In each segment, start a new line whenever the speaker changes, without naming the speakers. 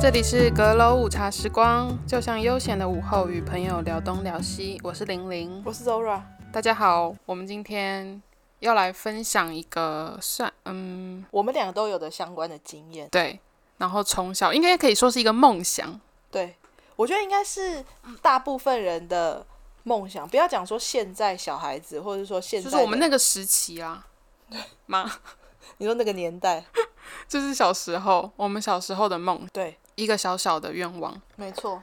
这里是阁楼午茶时光，就像悠闲的午后，与朋友聊东聊西。我是玲玲，
我是 Zora，
大家好，我们今天要来分享一个算嗯
我们两个都有的相关的经验。
对，然后从小应该可以说是一个梦想，
对，我觉得应该是大部分人的梦想。不要讲说现在小孩子，或者说现在
就
的
是我们那个时期啊啦，妈，
你说那个年代，
就是小时候我们小时候的梦，
对，
一个小小的愿望
没错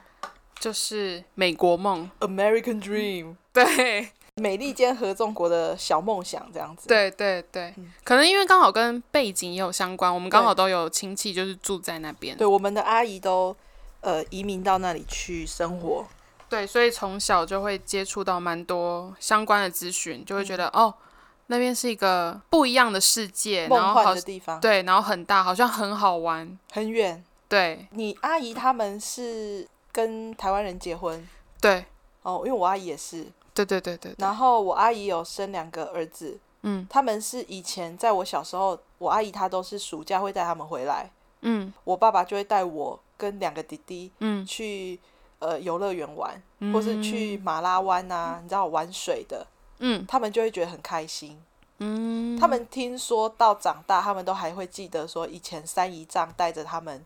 就是美国梦，
，American Dream，
对。
美利坚合众国的小梦想这样子。
对对对，
嗯
可能因为刚好跟背景也有相关，我们刚好都有亲戚就是住在那边，
对，我们的阿姨都呃移民到那里去生活。
对，所以从小就会接触到蛮多相关的资讯，就会
嗯
觉得、哦，那边是一个不一样的世界，然
梦
后好
幻的地方
对，然后很大，好像很好玩，
很远，
对
你阿姨他们是跟台湾人结婚
对
哦，因为我阿姨也是，
对对对对对，
然后我阿姨有生两个儿子，
嗯
他们是以前在我小时候，我阿姨她都是暑假会带他们回来，
嗯
我爸爸就会带我跟两个弟弟
嗯，
去呃游乐园玩，或是去马拉湾啊，你知道玩水的，
嗯
他们就会觉得很开心。
嗯，
他们听说到长大，他们都还会记得说以前三姨丈带着他们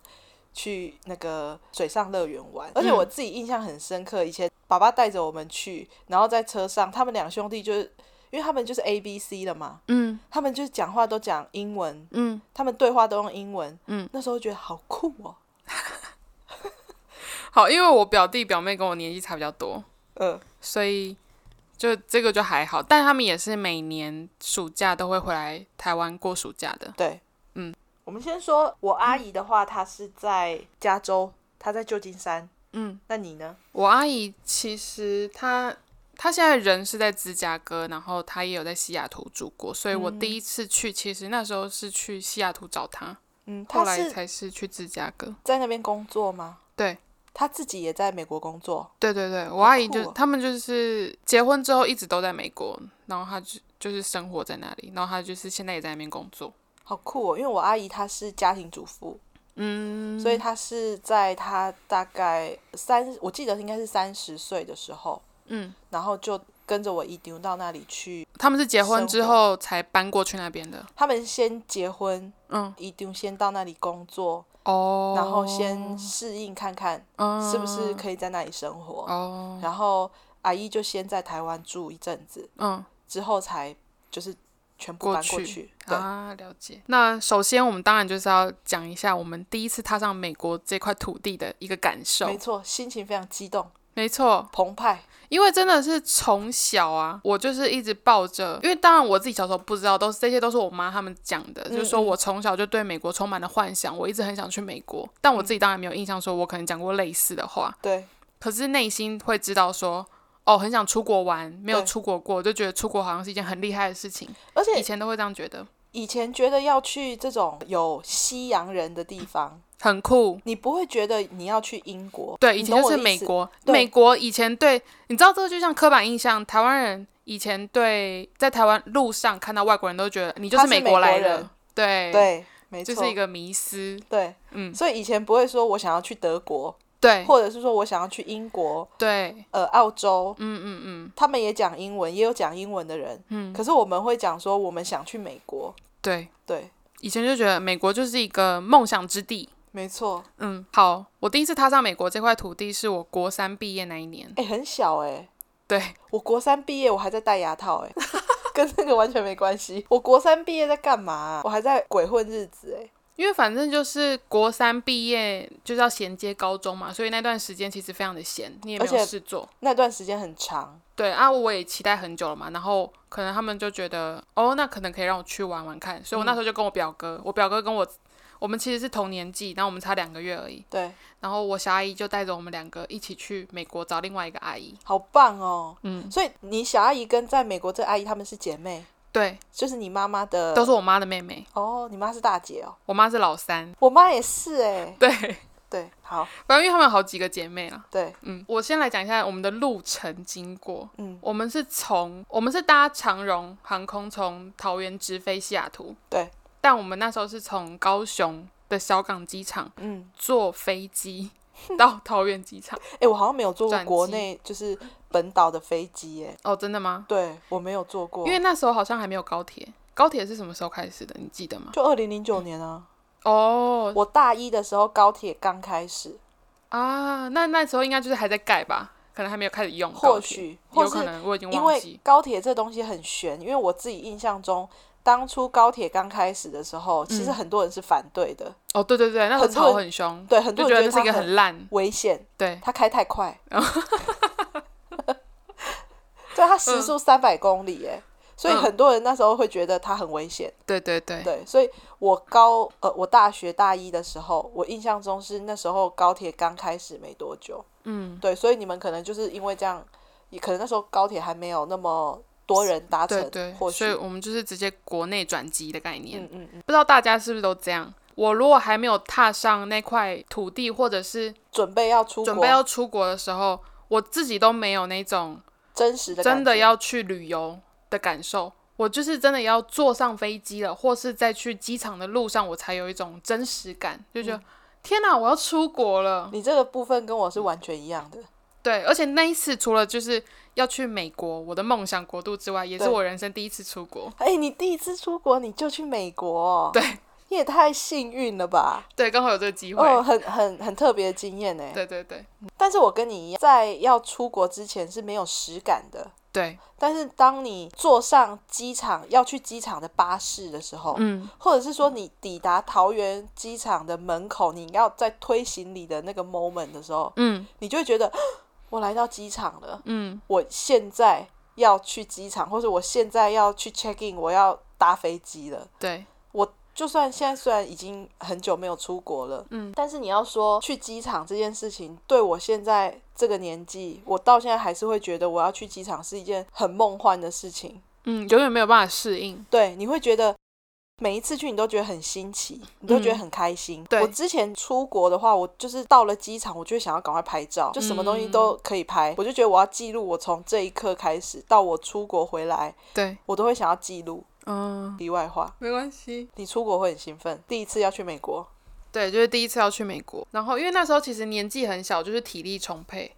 去那个水上乐园
嗯
玩，而且我自己印象很深刻，以前爸爸带着我们去，然后在车上，他们两兄弟就是因为他们就是 A B C 了嘛，
嗯
他们就是讲话都讲英文，
嗯，
他们对话都用英文，
嗯，
那时候觉得好酷哦，
好，因为我表弟表妹跟我年纪差比较多，
嗯，
所以就这个就还好，但他们也是每年暑假都会回来台湾过暑假的。
对，
嗯，
我们先说我阿姨的话，她是在加州，她在旧金山，
嗯，
那你呢？
我阿姨其实她她现在人是在芝加哥，然后她也有在西雅图住过，所以我第一次去，其实那时候是去西雅图找她，
嗯，
后
她
来
是
才是去芝加哥。
在那边工作吗？
对，
他自己也在美国工作。
对对对，我
好
阿姨
酷
就、
哦
他们就是结婚之后一直都在美国，然后她就就是生活在那里，然后她就是现在也在那边工作。
好酷哦！因为我阿姨她是家庭主妇，
嗯，
所以她是在她大概三，我记得应该是三十岁的时候，
嗯，
然后就跟着我姨丢到那里去。
他们是结婚
生
之
活
后才搬过去那边的。
他们先结婚，
嗯，
姨丢先到那里工作，
哦，
然后先适应看看
嗯
是不是可以在那里生活。
哦，
然后阿姨就先在台湾住一阵子，
嗯，
之后才就是全部
过
搬过
去
去。对，
啊，了解。那首先，我们当然就是要讲一下我们第一次踏上美国这块土地的一个感受
没。错，心情非常激动
没错，
澎湃。
因为真的是从小啊，我就是一直抱着，因为当然我自己小时候不知道，都是这些都是我妈他们讲的，
嗯
就是说我从小就对美国充满了幻想，我一直很想去美国，但我自己当然没有印象，说我可能讲过类似的话，
对，
可是内心会知道说。哦，很想出国玩，没有
对
出国过，就觉得出国好像是一件很厉害的事情。
而且
以前都会这样觉得，
以前觉得要去这种有西洋人的地方，
很酷。
你不会觉得你要去英国。
对，
你
以前
懂
就
我
是
的意
美
思。
国，
对
美国以前对，你知道这个就像刻板印象，台湾人以前对在台湾路上看到外国人都觉得你就
他是
美
美
国
国
来
人
的，对，
对，没
就
错，
是一个迷思，
对，
嗯，
所以以前不会说我想要去德国，
对
或者是说我想要去英国、
对，
呃澳洲，
嗯嗯嗯，
他们也讲英文，也有讲英文的人，嗯，可是我们会讲说我们想去美国，
对，
对，
以前就觉得美国就是一个梦想之地。
没错，
嗯，好，我第一次踏上美国这块土地是我国三毕业那一年，
哎、很小哎、
对，
我国三毕业，我还在戴牙套哎、跟这个完全没关系。我国三毕业在干嘛啊、我还在鬼混日子哎、
因为反正就是国三毕业就是要衔接高中嘛，所以那段时间其实非常的闲，你也没
而
有
且
事做。
那段时间很长，
对啊，我也期待很久了嘛，然后可能他们就觉得，哦，那可能可以让我去玩玩看，所以
嗯
我那时候就跟我表哥，我表哥跟我，我们其实是同年纪，然后我们差两个月而已，
对，
然后我小阿姨就带着我们两个一起去美国找另外一个阿姨，
好棒哦。
嗯，
所以你小阿姨跟在美国这阿姨她们是姐妹，
对，
就是你妈妈的，
都是我妈的妹妹，
哦，你妈是大姐哦，
我妈是老三，
我妈也是哎、
对，
对，好，
反正因为他们有好几个姐妹啦，
对，
嗯，我先来讲一下我们的路程经过，
嗯，
我们是从我们是搭长荣航空从桃园直飞西雅图，
对，
但我们那时候是从高雄的小港机场
嗯，
坐飞 机到桃园机场。
哎、我好像没有坐过
转
国
机
内就是本岛的飞机，哎，
哦，真的吗？
对我没有坐过，
因为那时候好像还没有高铁，高铁是什么时候开始的？你记得吗？
就二零零九年啊，
哦
我大一的时候高铁刚开始，
啊，那那时候应该就是还在盖吧，可能还没有开始用高
或
铁。
许或
有可
是
能我已经
因
忘
为
记，
高铁这东西很悬，因为我自己印象中。当初高铁刚开始的时候，其
嗯
实很多人是反对的，
哦，对对对，那
很
很
多人
吵很凶，
对，很
就
多
觉
人
得那是
它
一个
很
很烂，哦
危险，
对，
它开太 快，对，它时速三百公里耶，所以
嗯
很多人那时候会觉得它很危险。
对对对，
对，所以我高呃，我大学大一的时候，我印象中是那时候高铁刚开始没多久。
嗯，
对，所以你们可能就是因为这样，也可能那时候高铁还没有那么多人搭乘，
对对，
或许
所以我们就是直接国内转机的概念。
嗯嗯嗯，
不知道大家是不是都这样？我如果还没有踏上那块土地，或者是
准备要出国，
准备要出国的时候，我自己都没有那种
真实的
真
感
的
觉
要去旅游的感受。我就是真的要坐上飞机了，或是在去机场的路上，我才有一种真实感，就觉得、天哪，我要出国了。
你这个部分跟我是完全一样的。
对，而且那一次除了就是要去美国，我的梦想国度之外，也是
对
我人生第一次出国。
哎、你第一次出国你就去美国、哦，
对，
你也太幸运了吧！
对，刚好有这个机会。
哦，很很很特别的经验呢。
对对对
但是我跟你一样，在要出国之前是没有实感的。
对，
但是当你坐上机场要去机场的巴士的时候，
嗯，
或者是说你抵达桃园机场的门口，你要在推行李的那个 moment 的时候，
嗯
你就会觉得啊我来到机场了，
嗯，
我现在要去机场，或者我现在要去 check in，我要搭飞机了。
对，
我就算现在虽然已经很久没有出国了，
嗯，
但是你要说去机场这件事情，对我现在这个年纪，我到现在还是会觉得我要去机场是一件很梦幻的事情。
嗯，永远没有办法适应。
对，你会觉得每一次去你都觉得很新奇，你都觉得很开心。
嗯对
我之前出国的话，我就是到了机场，我就会想要赶快拍照，就什么东西都可以
嗯
拍，我就觉得我要记录我从这一刻开始到我出国回来，
对，
我都会想要记录。
嗯，
题外话，
没关系。
你出国会很兴奋，第一次要去美国，
对，就是第一次要去美国，然后因为那时候其实年纪很小，就是体力充沛。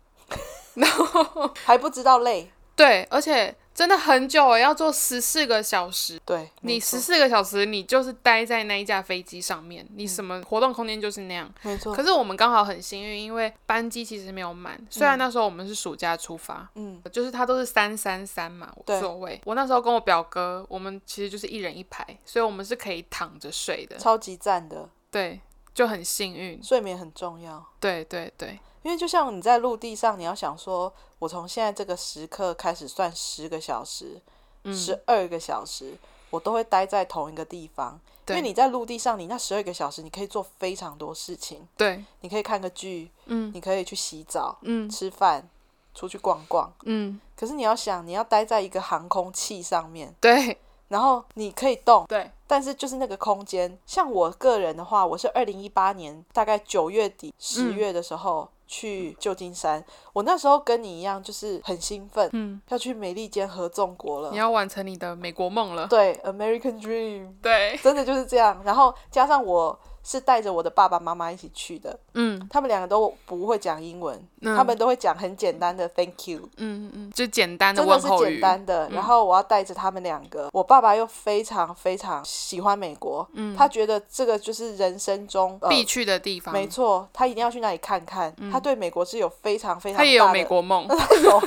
还不知道累。
对，而且真的很久欸，要坐十四个小时。
对，
你
没错
十四个小时，你就是待在那一架飞机上面，你什么活动空间就是那样。
嗯没错，
可是我们刚好很幸运，因为班机其实没有满，虽然那时候我们是暑假出发，
嗯，
就是它都是三三三嘛
对
座位。我那时候跟我表哥，我们其实就是一人一排，所以我们是可以躺着睡的，
超级赞的，
对，就很幸运。
睡眠很重要。
对对对
因为就像你在陆地上，你要想说，我从现在这个时刻开始算十个小时、
嗯
十二、个小时，我都会待在同一个地方。因
对
为你在陆地上，你那十二个小时，你可以做非常多事情，
对，
你可以看个剧，
嗯
你可以去洗澡、
嗯
吃饭、出去逛逛。
嗯，
可是你要想，你要待在一个航空器上面，
对
然后你可以动，
对，
但是就是那个空间，像我个人的话，我是二零一八年大概九月底十月的时候、去旧金山，我那时候跟你一样，就是很兴奋，
嗯，
要去美利坚合众国了
你，要完成你的美国梦了。
对，American Dream，
对，
真的就是这样。然后加上我是带着我的爸爸妈妈一起去的，
嗯
他们两个都不会讲英文，
嗯
他们都会讲很简单的 Thank you，
嗯嗯，就简单的
真的
问
是
候
简
语。嗯
单的。然后我要带着他们两个，我爸爸又非常非常喜欢美国，他觉得这个就是人生中、
嗯
呃、
必去的地方，
没错，他一定要去那里看看。他对美国是有非常非常
他也有
大的
美，国梦，
他有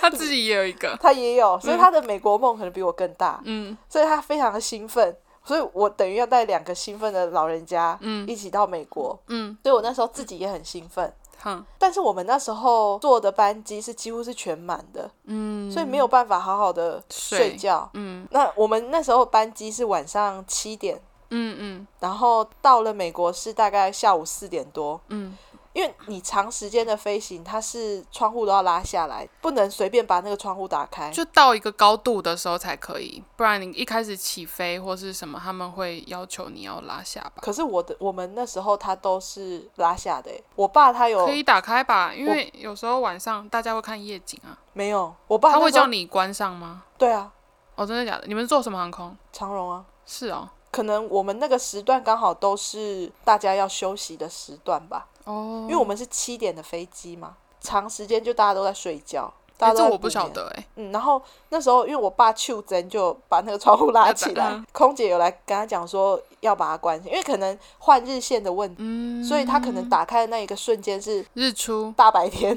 他自己也有一个。
他也有，所以他的美国梦可能比我更大，
嗯，
所以他非常的兴奋。所以我等于要带两个兴奋的老人家，嗯，一起到美国，
嗯，
所以我那时候自己也很兴奋。
哼，
但是我们那时候坐的班机是几乎是全满的，
嗯，
所以没有办法好好的睡
睡
觉。
嗯
那我们那时候班机是晚上七点，
嗯嗯
然后到了美国是大概下午四点多，
嗯，
因为你长时间的飞行，它是窗户都要拉下来，不能随便把那个窗户打开。
就到一个高度的时候才可以，不然你一开始起飞或是什么，他们会要求你要拉下巴。
可是我的我们那时候它都是拉下的欸，我爸他有
可以打开吧，因为有时候晚上大家会看夜景啊。
没有？我爸
他会
哦那时候
叫你关上吗？
对啊，
哦，真的假的？你们是坐什么航空？
长荣啊，
是哦，
可能我们那个时段刚好都是大家要休息的时段吧，
哦
因为我们是七点的飞机嘛，长时间就大家都在睡觉，大
哎、
家都
这
在
我不
补
晓
眠
得哎、
嗯，然后那时候因为我爸袖珍就把那个窗户拉起来
嗯，
空姐有来跟他讲说要把它关，因为可能换日线的问题，
嗯，
所以他可能打开的那一个瞬间是
日 出，
大白天，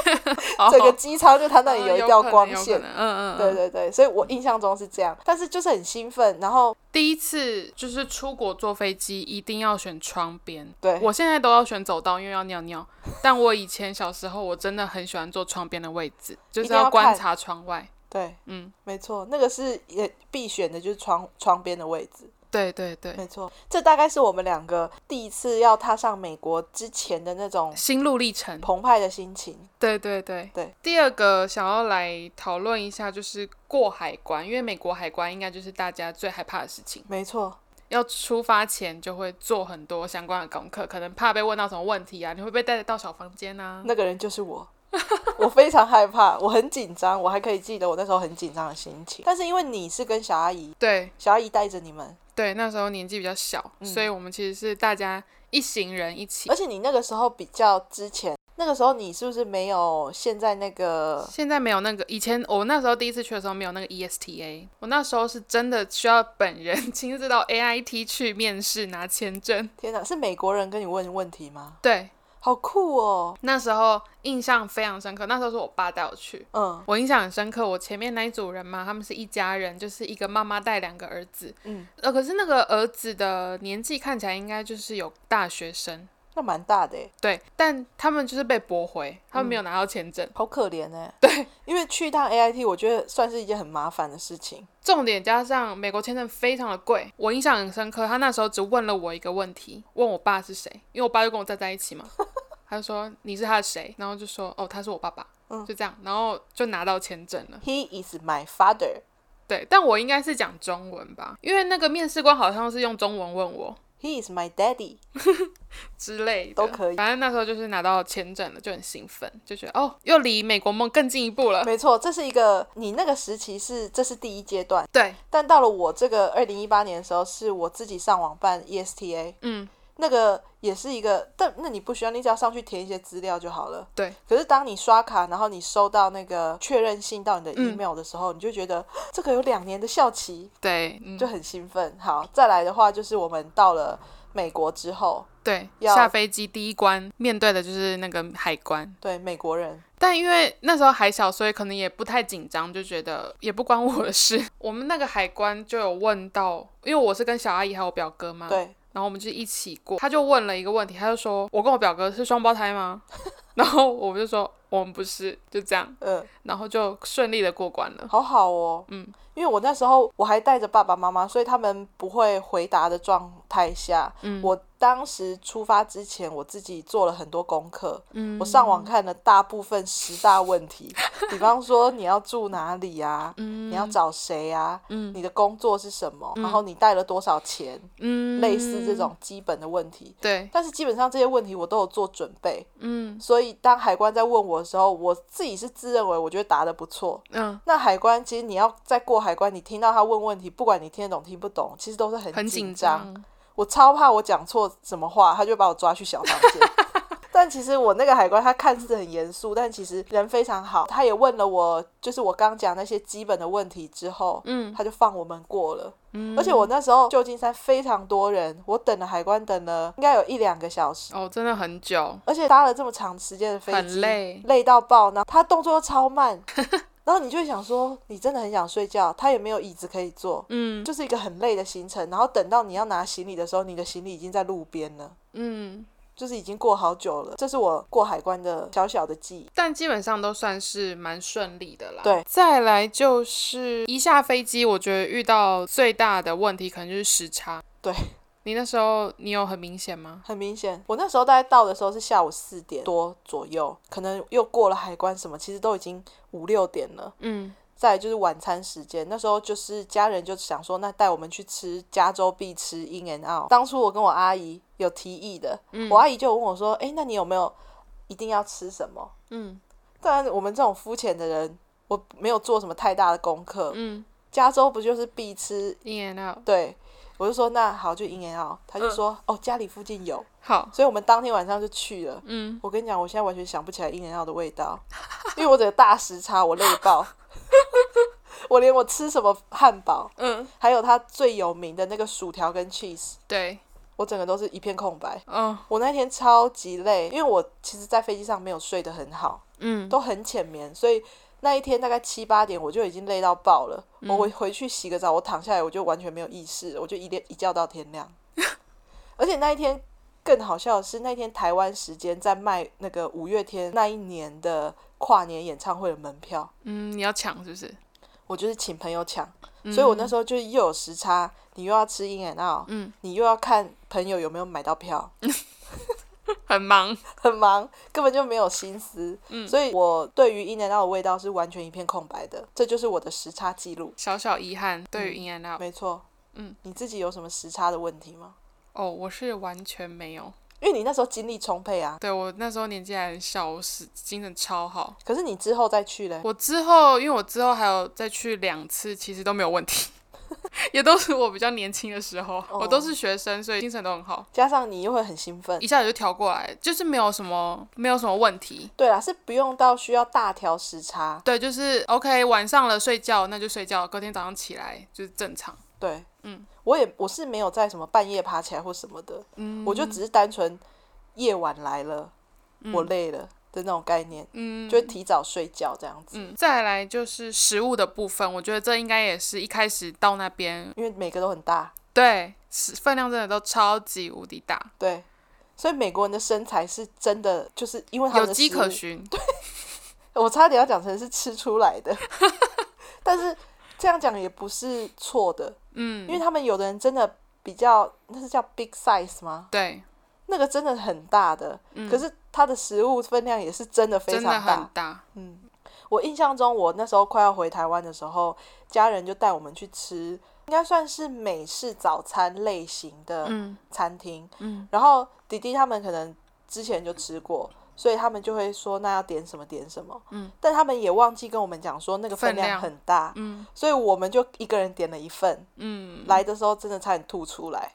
哦、
整个机舱就他那里
哦
有一道
可能
光
有可
线
能。嗯嗯，
对
嗯
对对，所以我印象中是这样，但是就是很兴奋，然后
第一次就是出国坐飞机，一定要选窗边。
对
我现在都要选走道，因为要尿 尿。但我以前小时候，我真的很喜欢坐窗边的位置，就
一
是
定要
观
看
察窗外。
对，
嗯，
没错，那个是也必选的，就是窗窗边的位置。
对对对，
没错，这大概是我们两个第一次要踏上美国之前的那种
心路历程。
澎湃的心情。
对对对
对。
第二个想要来讨论一下，就是过海关，因为美国海关应该就是大家最害怕的事情。
没错，
要出发前就会做很多相关的功课，可能怕被问到什么问题啊，你会被带到小房间啊。
那个人就是我。我非常害怕，我很紧张，我还可以记得我那时候很紧张的心情。但是因为你是跟小阿姨，
对，
小阿姨带着你们，
对，那时候年纪比较小，所以我们其实是大家一行人一起
而。且你那个时候比较之前，那个时候你是不是没有现在那个？
现在没有那个，以前我那时候第一次去的时候没有那个 E ESTA，我那时候是真的需要本人 亲自到 AIT 去面试拿签证。
天哪，是美国人跟你问问题吗？
对，
好酷哦！
那时候印象非常深刻，那时候是我爸带我去。
嗯
我印象很深刻，我前面那一组人嘛，他们是一家人，就是一个妈妈带两个儿子，
嗯，
呃，可是那个儿子的年纪看起来应该就是有大学生，
那蛮大的欸耶，
对，但他们就是被驳回，他们没有拿到签证，
好可怜哎。对，因为去一趟 AIT，我觉得算是一件很麻烦的事情。
重点加上美国签证非常的贵，我印象很深刻。他那时候只问了我一个问题，问我爸是谁，因为我爸就跟我站在一 起嘛，他就说你是他的谁，然后就说哦他是我爸爸，
嗯
就这样，然后就拿到签证了。
He is my father.
对，但我应该是讲中文吧，因为那个面试官好像是用中文问我。
He is my daddy.
之类的
都可以
反正那时候就是拿到签证了，就很兴奋，就觉得哦，又离美国梦更进一步了。
没错，这是一个你那个时期是这是第一阶段，
对，
但到了我这个二零一八年的时候，是我自己上网办 E ESTA，
嗯，
那个也是一个，但那你不需要，你只要上去填一些资料就好了。
对。
可是当你刷卡，然后你收到那个确认信到你的
嗯
email 的时候，你就觉得 这个有两年的效期，
对，嗯
就，很兴奋。好，再来的话就是我们到了美国之后，
对，
要
下飞机第一关面对的就是那个海关。
对美国人，
但因为那时候还小，所以可能也不太紧张，就觉得也不关我的事。 我们那个海关就有问到，因为我是跟小阿姨还有我表哥嘛，
对，
然后我们就一起过。他就问了一个问题，他就说：“我跟我表哥是双胞胎吗？” 然后我们就说：“我们不是。”就这样，
嗯、
然后就顺利的过关了。
好好哦，
嗯，
因为我那时候我还带着爸爸妈妈，所以他们不会回答的状态下，
嗯
我当时出发之前，我自己做了很多功课，
嗯
我上网看了大部分十大问 题，比方说你要住哪里啊，
嗯
你要找谁啊，
嗯
你的工作是什么，然后你带了多少钱，
嗯
类似这种基本的问题。
对，
但是基本上这些问题我都有做准备，
嗯
所以当海关在问我的时候，我自己是自认为我觉得答得不错，
嗯，
那海关其实你要在过海关，你听到他问问题，不管你听得懂听不懂，其实都是
很
很
紧
张。
张。
我超怕我讲错什么话，他就把我抓去小房 间。但其实我那个海关他看似很严肃，但其实人非常好。他也问了我，就是我刚讲那些基本的问题之后，
嗯
他就放我们过了。
嗯
而且我那时候旧金山非常多人，我等了海关等了应该有一两个小时，
哦，真的很久，
而且搭了这么长时间的飞机，
很累
累到爆，然后他动作又超 慢，然后你就会想说，你真的很想睡觉，他也没有椅子可以坐，
嗯
就是一个很累的行程。然后等到你要拿行李的时候，你的行李已经在路边了，
嗯，
就是已经过好久了。这是我过海关的小小的记忆。
但基本上都算是蛮顺利的啦。
对，
再来就是一下飞机，我觉得遇到最大的问题可能就是时差。
对
你那时候你有很明显吗？
很明显，我那时候大概到的时候是下午四点多左右，可能又过了海关什么，其实都已经五六点了。
嗯
再来就是晚餐时间，那时候就是家人就想说，那带我们去吃加州必吃 In and Out。当初我跟我阿姨有提议的，
嗯
我阿姨就有问我说：“诶，那你有没有一定要吃什么
嗯？”
当然，我们这种肤浅的人，我没有做什么太大的功课。
嗯
加州不就是必吃？
，In and out。
对，我就说那好，就 in and out。他
嗯
就说、哦，家里附近有，
好，
所以我们当天晚上就去了。
嗯，
我跟你讲，我现在完全想不起来 in and out 的味道， 因为我整个大时差，我累爆。 我连我吃什么汉堡，
嗯，
还有它最有名的那个薯条跟 cheese，
对，
我整个都是一片空白。
嗯
我那天超级累，因为我其实，在飞机上没有睡得很好，
嗯，
都很浅眠，所以那一天大概七八点我就已经累到爆了。我回回去洗个澡，我躺下来我就完全没有意识，我就一连一觉到天亮。而且那一天更好笑的是，那一天台湾时间在卖那个五月天那一年的跨年演唱会的门票，
嗯，你要抢是不是？
我就是请朋友抢，所以我那时候就又有时差，你又要吃 in and out，
嗯，
你又要看朋友有没有买到票，
很忙，
很忙，根本就没有心思。
嗯
所以我对于 in and out 的味道是完全一片空白的，这就是我的时差记录。
小小遗憾对于 In and Out，
没错，
嗯，
你自己有什么时差的问题吗？
哦，我是完全没有。
因为你那时候精力充沛啊，
对我那时候年纪还很小，我是精神超好。
可是你之后再去嘞，
我之后，因为我之后还有再去两次，其实都没有问题， 也都是我比较年轻的时候，我
哦
都是学生，所以精神都很好，
加上你又会很兴奋。
一下子就调过来，就是没有什么没有什么问题。
对啦，是不用到需要大调时差。
对，就是 OK，晚上了睡觉那就睡觉，隔天早上起来就是正常。
对，
嗯，
我也我是没有在什么半夜爬起来或什么的，
嗯，
我就只是单纯夜晚来了，我累了的那种概念，
嗯，
就会提早睡觉这样子。
嗯，再来就是食物的部分，我觉得这应该也是一开始到那边，
因为每个都很大，
对，食分量真的都超级无敌大，
对，所以美国人的身材是真的，就是因为他们
有
的
迹
食
可
物。
循。
我差点要讲成是吃出来的， 但是这样讲也不是错的，
嗯，
因为他们有的人真的比较，那是叫 big size 吗？
对，
那个真的很大的，可是它的食物分量也是真的非
嗯真的
常
很
大。
大。
我印象中，我那时候快要回台湾的时候，家人就带我们去吃，应该算是美式早餐类型的
嗯
餐厅。
嗯，
然后弟弟他们可能之前就吃过，所以他们就会说那要点什么点什么。
嗯，
但他们也忘记跟我们讲说那个分
分
量
量
很大，
嗯
所以我们就一个人点了一份。
嗯，
来的时候真的差点吐 出来，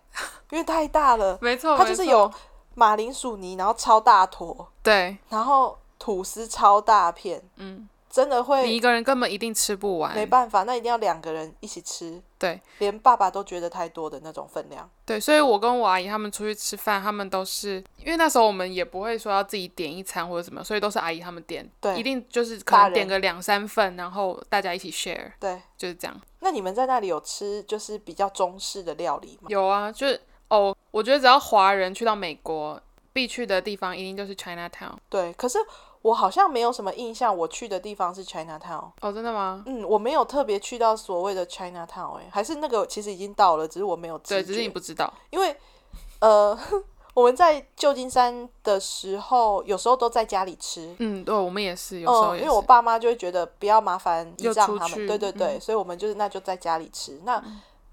因为太大了。
没错，
它就是
没错
有马铃薯泥，然后超大坨，
对，
然后吐司超大片，
嗯，
真的
你
会
一个人根本一定吃不完，
没办法，那一定要两个人一起吃，
对
连爸爸都觉得太多的那种分量。
对，所以我跟我阿姨他们出去吃饭，他们都是因为那时候我们也不会说要自己点一餐或者什么，所以都是阿姨他们点，
对
一定就是可能
大人
点个两三份，然后大家一起 share，
对，
就是这样。
那你们在那里有吃就是比较中式的料理吗？
有啊，就是哦，我觉得只要华人去到美国必去的地方，一定就是 China Town。
对，可是我好像没有什么印象，我去的地方是 China Town。
哦，真的吗？
嗯，我没有特别去到所谓的 China Town，哎、还是那个其实已经到了，只是我没有知
对，只是你
觉
不知道。
因为呃， 我们在旧金山的时候，有时候都在家里吃。
嗯，对，我们也是，有时候
嗯，
也
因
是。
为我爸妈就会觉得不要麻烦姨
又
丈
出
他
去嗯
们，对对对，所以我们就是那就在家里吃。那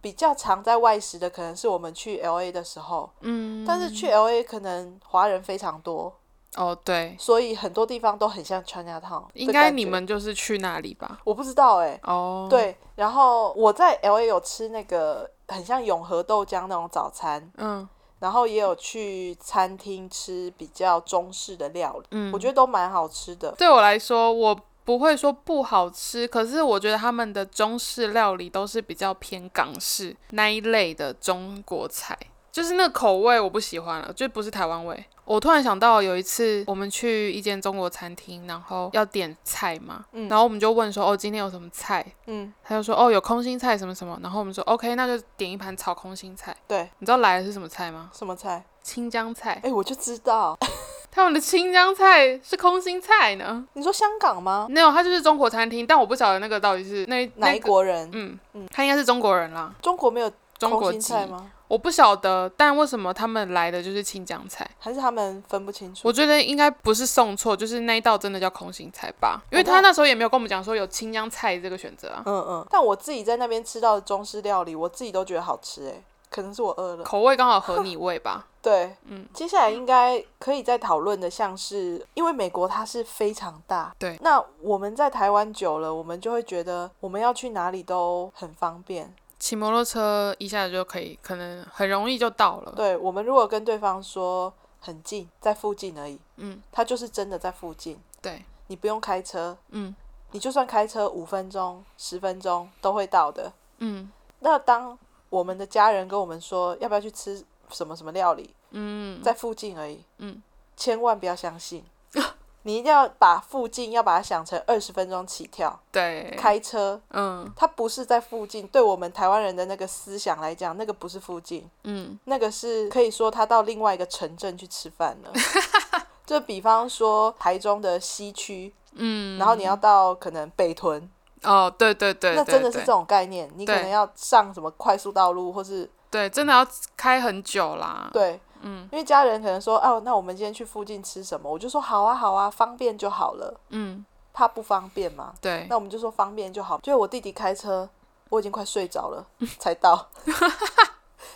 比较常在外食的，可能是我们去 L A 的时候，
嗯，
但是去 L A 可能华人非常多，
哦，对，
所以很多地方都很像 China Town 的
应该
感
你
觉
们就是去那里吧？
我不知道哎、
哦，，
对，然后我在 L A 有吃那个很像永和豆浆那种早餐，
嗯
然后也有去餐厅吃比较中式的料理，
嗯，
我觉得都蛮好吃的。
对我来说，我不会说不好吃，可是我觉得他们的中式料理都是比较偏港式那一类的中国菜，就是那口味我不喜欢了，就不是台湾味。我突然想到有一次我们去一间中国餐厅，然后要点菜嘛，
嗯
然后我们就问说哦今天有什么菜，
嗯，
他就说哦有空心菜什么什么，然后我们说 OK 那就点一盘炒空心菜。
对，
你知道来的是什么菜吗？
什么菜？
青江菜
哎、，我就知道。
他们的青江菜是空心菜呢。
你说香港吗？
没有，他就是中国餐厅，但我不晓得那个到底是那
哦哪
那
一
个，
国人？
嗯嗯，他应该是中国人啦，
中国没有
中
空
国
心
籍，
菜吗？
我不晓得，但为什么他们来的就是青江菜？
还是他们分不清楚
我？觉得应该不是送错，就是那一道真的叫空心菜
哦
吧，因为他那时候也没有跟我们讲说有青江菜这个选择啊，
嗯嗯。但我自己在那边吃到的中式料理，我自己都觉得好吃哎、可能是我饿了。
口味刚好合你味吧。
对，嗯，接下来应该可以再讨论的，像是因为美国它是非常大，
对
那我们在台湾久了，我们就会觉得我们要去哪里都很方便，
骑摩托车一下子就可以，可能很容易就到了。
对我们如果跟对方说很近，在附近而已，嗯，他就是真的在附近，
对，
你不用开车，
嗯
你就算开车五分钟、十分钟都会到的。
嗯
那当我们的家人跟我们说要不要去吃什么什么料理，
嗯，
在附近而已，
嗯，
千万不要 相信，你一定要把附近要把它想成二十分钟起跳，
对，
开车
嗯
它不是在附近，对我们台湾人的那个思想来讲，那个不是附近，
嗯
那个是可以说他到另外一个城镇去吃饭 了。就比方说台中的西区，
嗯，
然后你要到可能北屯，
哦，对对对，
那
对
真的是
对
这种概念，你可
对
能要上什么快速道路，或是
对，真的要开很久啦。
对，嗯，因为家人可能说，哦、那我们今天去附近吃什么？我就说好啊，好啊，方便就好了。
嗯，
怕不方便嘛，
对，
那我们就说方便就好。就是我弟弟开车，我已经快睡着了 才到，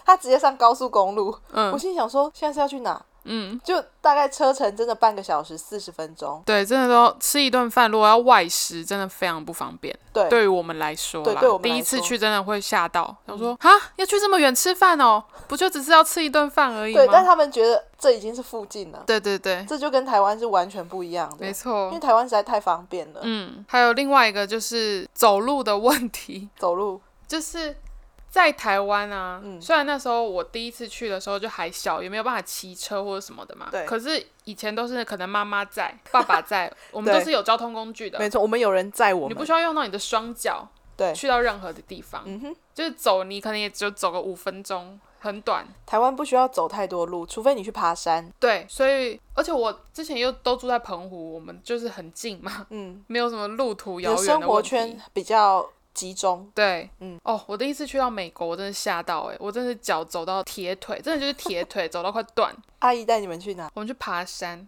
他直接上高速公路。我
嗯
心里想说，现在是要去哪？
嗯，
就大概车程真的半个小时四十分钟。
对，真的都吃一顿饭，如果要外食，真的非常不方便。
对，
对于我们来说
对
啦，
对我们
第
来
一次
说嗯
去真的会吓到，想说啊、要去这么远吃饭哦，不就只是要吃一顿饭而已
对，但
吗？
他们觉得这已经是附近了，
对对对，
这就跟台湾是完全不一样的
没，
因为
错。
台湾实在太方便了，
嗯，还有另外一个就是走路的问题，
走路。
就是在台湾啊，
嗯
虽然那时候我第一次去的时候就还小，也没有办法骑车或者什么的嘛。
对
可是以前都是可能妈妈在、爸爸在，我们
对
都是有交通工具的，
没错，我们有人载我
你不
们
需，要用到你的双脚
对，
去到任何的地方，
嗯哼，
就是走你可能也只有走个五分钟，很短。
台湾不需要走太多路，除非你去爬山。
对，所以而且我之前又都住在澎湖，我们就是很近嘛，
嗯，
没有什么路途
你
遥
的
远
生活
问题
圈比较集中，
对，
嗯，
哦，我第一次去到美国，我真的吓到哎、我真的是脚走到铁腿，真的就是铁腿走到快断。
阿姨带你们去哪？
我们去爬山，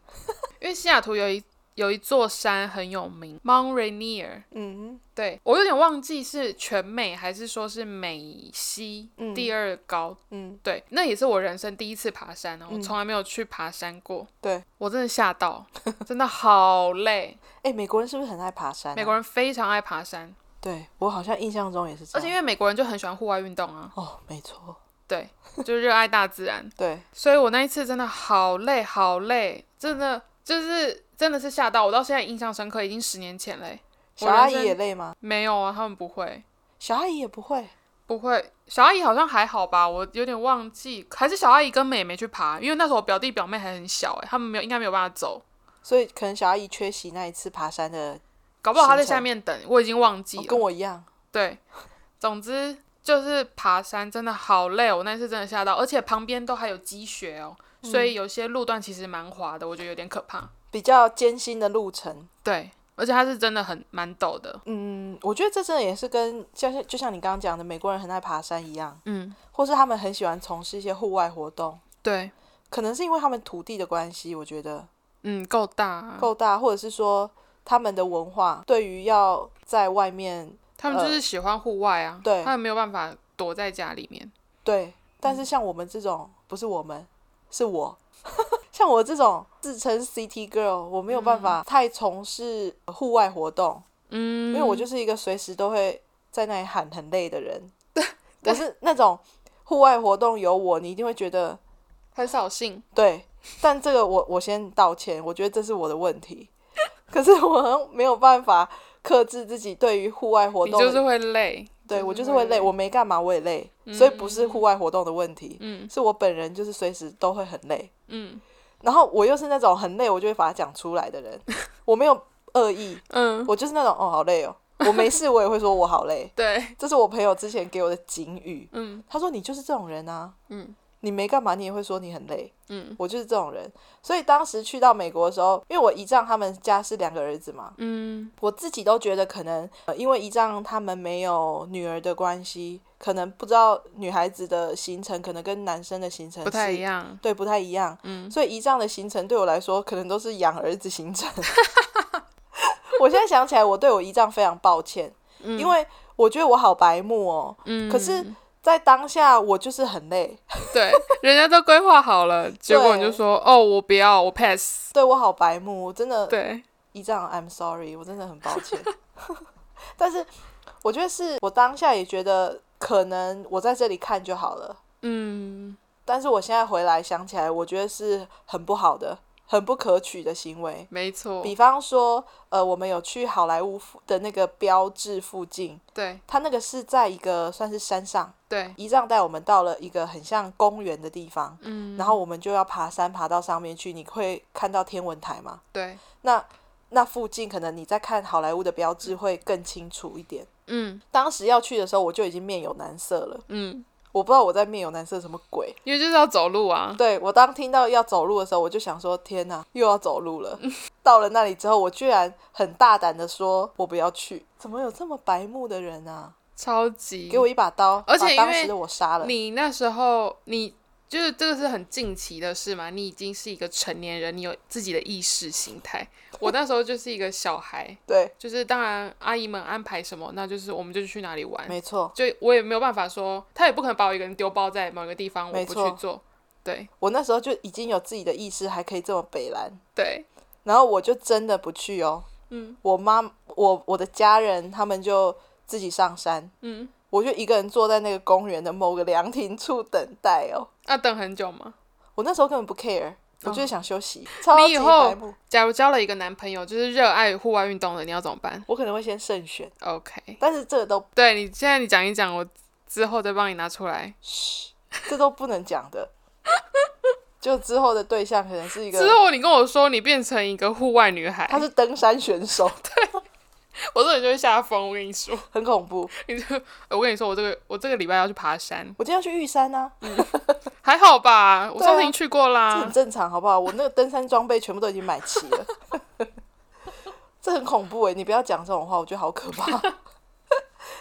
因为西雅图有一有一座山很有名，Mount Rainier。
嗯
对我有点忘记是全美还是说是美西
嗯
第二高，
嗯，
对，那也是我人生第一次爬山哦，我
嗯
从来没有去爬山过。
对，
我真的吓到， 真的好 累。
哎、美国人是不是很爱爬山、啊
美国，人非常爱爬山，
对我好像印象中也是这
而且因
样。
为美国人就很喜欢户外运动啊，
哦，没错，
对，就热爱大自然。
对，
所以我那一次真的好累，好累，真的就是真的是吓到我，到现在印象深刻，已经十年前嘞、我
小阿
人
姨
生
也累吗？
没有啊，他们不会，
小阿姨也不会。
不会。小阿姨好像还好吧，我有点忘记，还是小阿姨跟妹妹去爬，因为那时候我表弟表妹还很小、欸，他们没有应该没有办法走，
所以可能小阿姨缺席那一次爬山的，
搞不好她在
行程
下面等，我已经忘记
哦
了。
跟我一样。
对，总之就是爬山真的好累，我那次真的吓到，而且旁边都还有积雪哦，所以有些路段其实蛮滑的，我觉得有点可怕。
比较艰辛的路程，
对，而且它是真的很蛮陡的。
嗯，我觉得这真的也是跟像是就像你刚刚讲的，美国人很爱爬山一样，
嗯，
或是他们很喜欢从事一些户外活动，
对，
可能是因为他们土地的关系，我觉得
嗯，够大、啊，
够大，或者是说他们的文化对于要在外面
他们就是喜欢户外啊，
对
他们没有办法躲在家里面。
对，但
嗯
是像我们这种不是我们，是我， 像我这种自称 City Girl，我没有办法太从事户外活动，
嗯，
因为我就是一个随时都会在那里喊很累的 人。对，我是那种户外活动有我，你一定会觉得
很扫兴。
对。但这个我我先道歉，我觉得这是我的问题。可是我好像没有办法克制自己对于户外活
你
动
就
的，
是会累，
对我就是会累，我没干嘛我也累，所以不是户外活动的问题，
嗯
是我本人就是随时都会很累。
嗯
然后我又是那种很累，我就会把它讲出来的 人，我没有恶意，
嗯，
我就是那种哦好累哦，我没事我也会说我好累，
对，
这是我朋友之前给我的警语。
嗯
他说你就是这种人啊，
嗯
你没干嘛你也会说你很累，
嗯
我就是这种人。所以当时去到美国的时候，因为我姨丈他们家是两个儿子嘛，
嗯
我自己都觉得可能、呃因为姨丈他们没有女儿的关系，可能不知道女孩子的行程可能跟男生的行程
不太
是
一样。
对，不太一样。
嗯
所以姨丈的行程对我来说，可能都是养儿子行程。 我现在想起来，我对我姨丈非常抱歉，
嗯
因为我觉得我好白目哦。
嗯，
可是，在当下，我就是很累，
对，人家都规划好了，结果你就说哦，我不要，我 pass。
对我好白目，我真的
对，
姨丈，I'm sorry，我真的很抱歉。但是我觉得是我当下也觉得可能我在这里看就好了。
嗯，
但是我现在回来想起来，我觉得是很不好的、很不可取的行为。
没错，
比方说，呃，我们有去好莱坞附的那个标志附近，
对
它那个是在一个算是山上，
对，
一仗带我们到了一个很像公园的地方，
嗯，
然后我们就要爬山，爬到上面去，你会看到天文台吗？
对，
那那附近可能你在看好莱坞的标志会更清楚一点。
嗯
当时要去的时候，我就已经面有难色了，
嗯，
我不知道我在面有难色什么鬼。
因为就是要走路啊，
对我当听到要走路的时候，我就想说：天哪，又要走路 了。到了那里之后，我居然很大胆的说：我不要去。怎么有这么白目的人啊？
超级。
给我一把刀，
嗯而且
把
因
当
为
时的我杀了。
你那时候你就是这个是很近期的事嘛，你已经是一个成年人，你有自己的意识形态。我那时候就是一个小孩，
对，
就是当然阿姨们安排什么，那就是我们就去哪里玩，
没错，
就我也没有办法说，他也不可能把我一个人丢包在某个地方，我
没
不
错
去做。对
我那时候就已经有自己的意识，还可以这么北蓝。
对，
然后我就真的不去哦。
嗯，
我妈，我我的家人他们就自己上山，
嗯，
我就一个人坐在那个公园的某个凉亭处等待哦。
那、等很久吗？
我那时候根本不 care，我就是想休息，超
哦你
级
以后
白目。
假如交了一个男朋友，就是热爱户外运动的，你要怎么办
我可能会先慎选，
？OK，
但是这个都
对你现在你讲一讲，我之后再帮你拿出来。
嘘，这都不能讲的。 就之后的对象可能是一个
之，后你跟我说你变成一个户外女孩，
他是登山选手，
我说你就会吓疯。我跟你说，
很恐怖。
你就我跟你说，我这个我这个礼拜要去爬山，
我今天要去玉山啊，
还好吧？我
对啊
上次已经去过啦。
这很正常，好不好？我那个登山装备全部都已经买齐了， 这很恐怖哎！你不要讲这种话，我觉得好可怕。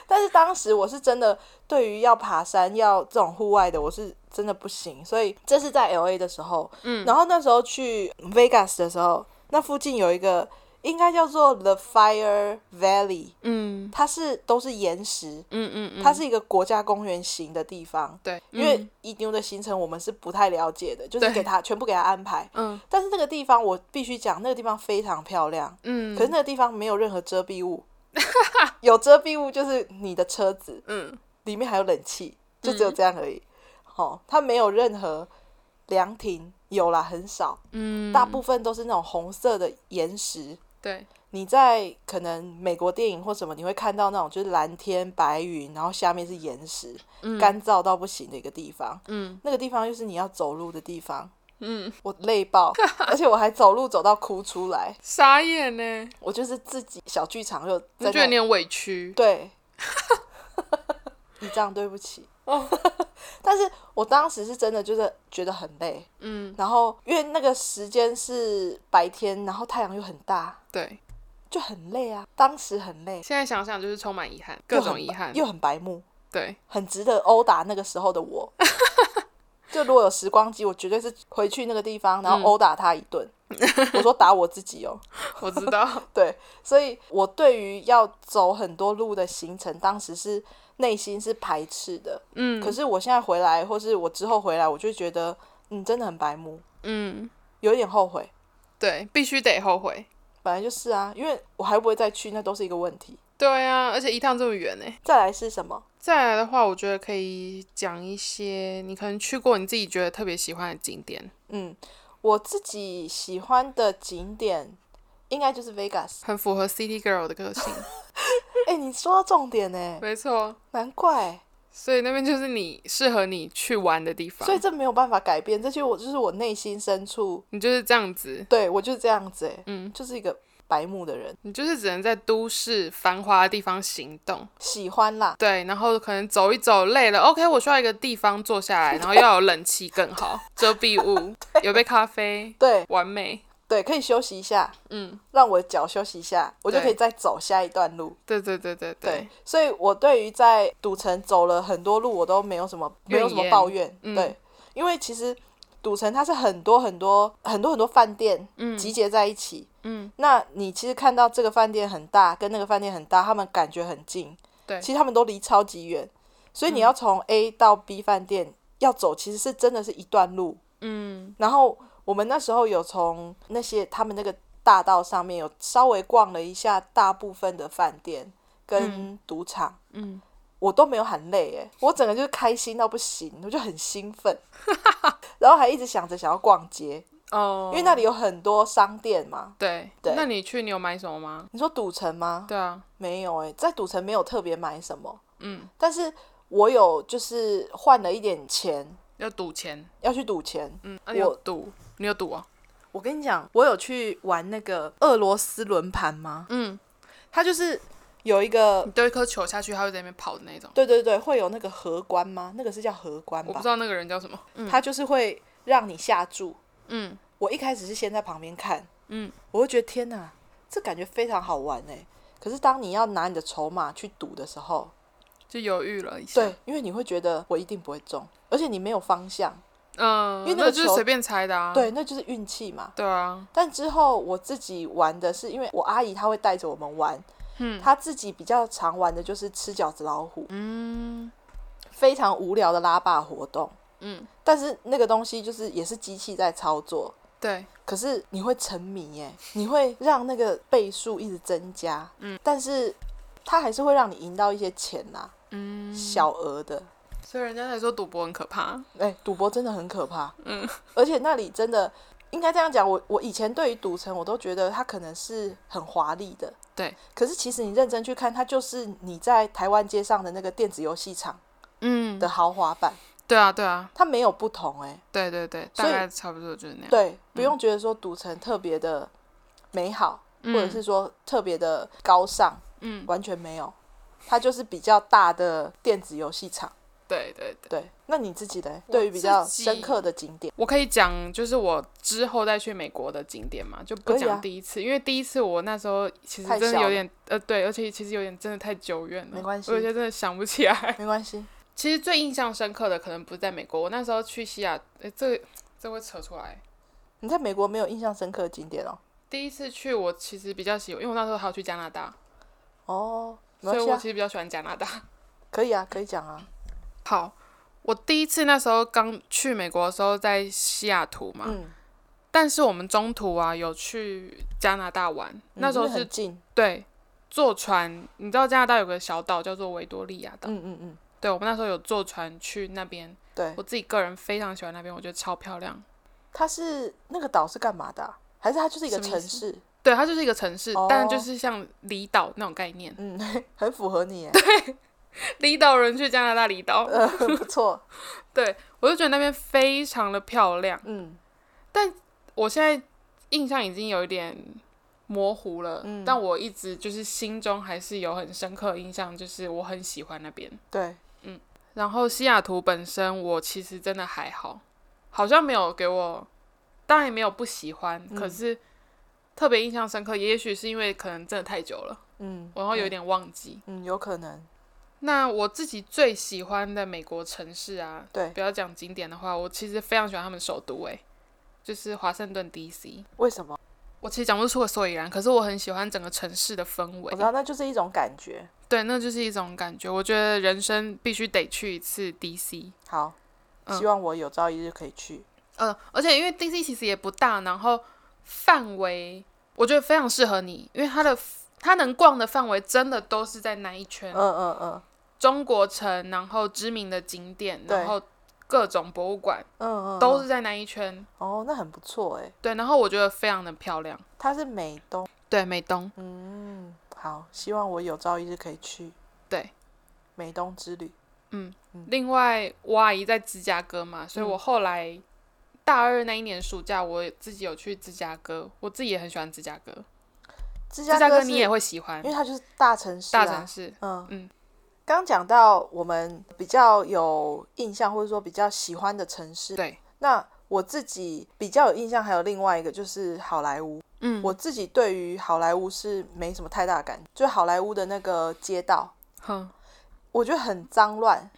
但是当时我是真的对于要爬山、要这种户外的，我是真的不行。所以这是在 L A 的时候，嗯，然后那时候去 Vegas 的时候，那附近有一个应该叫做 The Fire Valley，
嗯
它是都是岩石，
嗯嗯嗯，
它是一个国家公园型的地方。
对，
因为
嗯
一丢的行程我们是不太了解的，就是
对
给他全部给他安排。
嗯
但是那个地方我必须讲，那个地方非常漂亮，
嗯
可是那个地方没有任何遮 蔽物，有遮蔽物就是你的车子
嗯
里面还有冷气，就只有这样而已。哦，它没有任何凉亭，有啦，很少，
嗯，
大部分都是那种红色的岩石。
对
你在可能美国电影或什么，你会看到那种就是蓝天白云，然后下面是岩石，干燥到不行的一个地方。
嗯
那个地方又是你要走路的地方，
嗯，
我 累爆，而且我还走路走到哭出来。
傻眼呢。
我就是自己小剧场又
你
在
觉得
那
你很委屈？
对，你这样对不起。
哦
但是我当时是真的就是觉得很累，
嗯，
然后因为那个时间是白天，然后太阳又很大，
对。
就很累啊。当时很累，
现在想想就是充满遗憾，各种遗憾。
又很白目，
对，
很值得殴打那个时候的我。 就如果有时光机，我绝对是回去那个地方，然
嗯
后殴打他一顿。我说打我自己哦，
我知道。
对，所以我对于要走很多路的行程，当时是内心是排斥的。
嗯
可是我现在回来，或是我之后回来，我就觉得，嗯，真的很白目，
嗯，
有点后悔。
对，必须得后悔。
本来就是啊，因为我还会不会再去，那都是一个问题。
对啊，而且一趟这么远呢。
再来是什么？
再来的话，我觉得可以讲一些你可能去过你自己觉得特别喜欢的景点，
嗯，我自己喜欢的景点应该就是 Vegas。
很符合 City Girl 的个性。
哎、你说到重点呢、
没错，
难怪，
所以那边就是你适合你去玩的地方。
所以这没有办法改变，这就我就是我内心深处，
你就是这样子，
对我就是这样子、欸，
嗯，
就是一个白目的人，
你就是只能在都市繁华的地方行动，
喜欢啦，
对，然后可能走一走累了，OK，我需要一个地方坐下来，然后要有冷气更好，遮蔽物，有杯咖啡，
对
完美，
对，可以休息一下，
嗯，
让我的脚休息一下，我就
对
可以再走下一段路。
对对对对
对，，所以我对于在赌城走了很多路，我都没有什么没
怨言
有什么抱怨，
嗯
对，因为其实赌城它是很多很多很多很多饭店集结在一起，
嗯，
那你其实看到这个饭店很大，跟那个饭店很大，他们感觉很近，
对嗯
其实他们都离超级远，所以你要从 A 到 B 饭店要走，其实是真的是一段路，
嗯
然后我们那时候有从那些他们那个大道上面有稍微逛了一下大部分的饭店跟赌场，
嗯，
我都没有喊累哎，我整个就是开心到不行，我就很兴奋， 然后还一直想着想要逛街，
哦，
因为那里有很多商店嘛。
对
对
那你去你有买什么吗？
你说赌城吗？
对啊，
没有哎，在赌城没有特别买什么，
嗯，
但是我有就是换了一点钱
要赌钱，
要去赌钱。
嗯，啊、你有赌，你有赌啊？
我跟你讲，我有去玩那个俄罗斯轮盘吗？
嗯，
它就是有一个
你，丢一颗球下去，它会在那边跑的那种。
对对对，会有那个荷官吗？那个是叫荷官
我不
吧
知？道那个人叫什么。嗯
它就是会让你下注。
嗯，
我一开始是先在旁边看，
嗯，
我会觉得天哪，这感觉非常好玩哎、可是当你要拿你的筹码去赌的时候，
就犹豫了一下。
对，，因为你会觉得我一定不会中，而且你没有方向，
嗯，
因为那
那
个
就是
球
随便猜的啊。
对，那就是运气嘛。
对啊，
但之后我自己玩的是，因为我阿姨她会带着我们玩，
嗯
她自己比较常玩的就是吃饺子老虎，
嗯
非常无聊的拉霸活动。
嗯，
但是那个东西就是也是机器在操作，
对，
可是你会沉迷耶，你会让那个倍数一直增加，嗯，但是它还是会让你赢到一些钱呐、
嗯，
小额的。
所以人家才说赌博很可怕。
哎、赌博真的很可怕，嗯，而且那里真的应该这样讲，我我以前对于赌城我都觉得它可能是很华丽的，
对，
可是其实你认真去看，它就是你在台湾街上的那个电子游戏场
嗯，
的豪华版，
对啊，对啊，
它没有不同哎、
对对对，
所
大
以
概差不多就是那样。
对，不用觉得说赌城特别的美好，
嗯
或者是说特别的高尚，
嗯，
完全没有，它就是比较大的电子游戏场。
对对对，
对，那你自己嘞，
我
对于比较
自己
深刻的景点，
我可以讲就是我之后再去美国的景点嘛，就不
可以啊
讲第一次，因为第一次我那时候其实
太
真的
小
有点呃对，而且其实有点真的太久远了，
没关系
我有些真的想不起来。
没关系，
其实最印象深刻的可能不是在美国，我那时候去西雅，诶，这这会扯出来。
你在美国没有印象深刻的景点哦。
第一次去我其实比较喜欢，因为我那时候还要去加拿大，
哦，没
所以
关系
我
啊
其，实比较喜欢加拿大。
可以啊，可以讲啊。
好，我第一次那时候刚去美国的时候在西雅图嘛，
嗯，
但是我们中途啊有去加拿大玩，那时候
嗯因为
是
很近，
对，坐船，你知道加拿大有个小岛叫做维多利亚岛，
嗯嗯嗯，
对我们那时候有坐船去那边，
对
我，自己个人非常喜欢那边，我觉得超漂亮。
它是那个岛是干嘛的啊、还是它就是一个
什么
城
意思
市？
对，它就是一个城市，
哦
但就是像离岛那种概念，
嗯， 很符合你耶，
离岛人去加拿大离岛，
呃， 不错，
对我就觉得那边非常的漂亮。
嗯，
我现在印象已经有一点模糊了，
嗯
但我一直就是心中还是有很深刻的印象，就是我很喜欢那边。
对，
然后西雅图本身，我其实真的还好，好像没有给我，当然也没有不喜欢，
嗯
可是特别印象深刻，也许是因为可能真的太久了，
嗯，
然后有点忘记。
嗯，嗯，有可能，
那我自己最喜欢的美国城市啊，
对，
不要讲景点的话，我其实非常喜欢他们首都、欸，就是华盛顿 D.C。
为什么？
我其实讲不出个所以然，可是我很喜欢整个城市的氛
我
围
知。道，那就是一种感觉。
对，那就是一种感觉。我觉得人生必须得去一次 D.C。
好，
嗯
希望我有朝一日可以去。
呃，而且因为 DC 其实也不大，然后范围我觉得非常适合你，因为它的它能逛的范围真的都是在那一圈，
嗯嗯嗯
中国城，然后知名的景点，
对
然后各种博物馆
嗯嗯，
都
嗯
是在那一圈。
哦，那很不错哎。
对，然后我觉得非常的漂亮。
它是美东，
对，美东，
嗯，好，希望我有朝一日可以去
对。
美东之旅。嗯
另外，我阿姨在芝加哥嘛，所以我后来大二那一年暑假，我自己有去芝加哥，我自己也很喜欢芝加哥。
芝
芝加
哥
哥
是
你也，会喜欢
因为，它就是大城市、啊，
大城市。
嗯
嗯
嗯，刚讲到我们比较有印象，或者说比较喜欢的城市，
对，
那我自己比较有印象，还有另外一个就是好莱坞。
嗯，
我自己对于好莱坞是没什么太大的感觉，就好莱坞的那个街道，
哼，
我觉得很脏 乱。